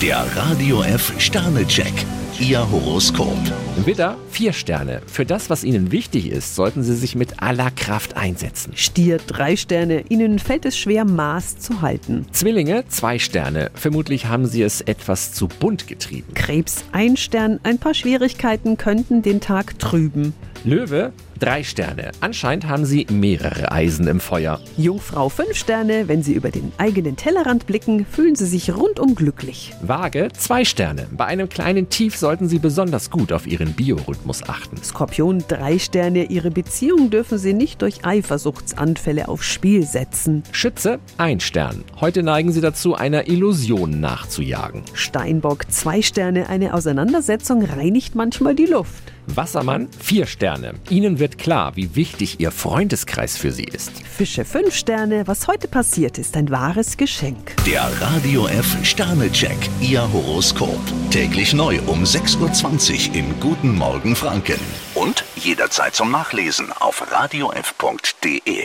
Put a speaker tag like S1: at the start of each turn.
S1: Der Radio F Sternecheck. Ihr Horoskop.
S2: Widder, vier Sterne. Für das, was Ihnen wichtig ist, sollten Sie sich mit aller Kraft einsetzen.
S3: Stier, drei Sterne. Ihnen fällt es schwer, Maß zu halten.
S2: Zwillinge, zwei Sterne. Vermutlich haben Sie es etwas zu bunt getrieben.
S3: Krebs, ein Stern. Ein paar Schwierigkeiten könnten den Tag trüben.
S2: Löwe, drei Sterne. Anscheinend haben Sie mehrere Eisen im Feuer.
S3: Jungfrau, fünf Sterne. Wenn Sie über den eigenen Tellerrand blicken, fühlen Sie sich rundum glücklich.
S2: Waage, zwei Sterne. Bei einem kleinen Tief sollten Sie besonders gut auf Ihren Biorhythmus achten.
S3: Skorpion, drei Sterne. Ihre Beziehung dürfen Sie nicht durch Eifersuchtsanfälle aufs Spiel setzen.
S2: Schütze, ein Stern. Heute neigen Sie dazu, einer Illusion nachzujagen.
S3: Steinbock, zwei Sterne. Eine Auseinandersetzung reinigt manchmal die Luft.
S2: Wassermann, vier Sterne. Ihnen wird klar, wie wichtig Ihr Freundeskreis für Sie ist.
S3: Fische, fünf Sterne. Was heute passiert, ist ein wahres Geschenk.
S1: Der Radio F Sternecheck. Ihr Horoskop. Täglich neu um 6.20 Uhr im Guten Morgen Franken. Und jederzeit zum Nachlesen auf radiof.de.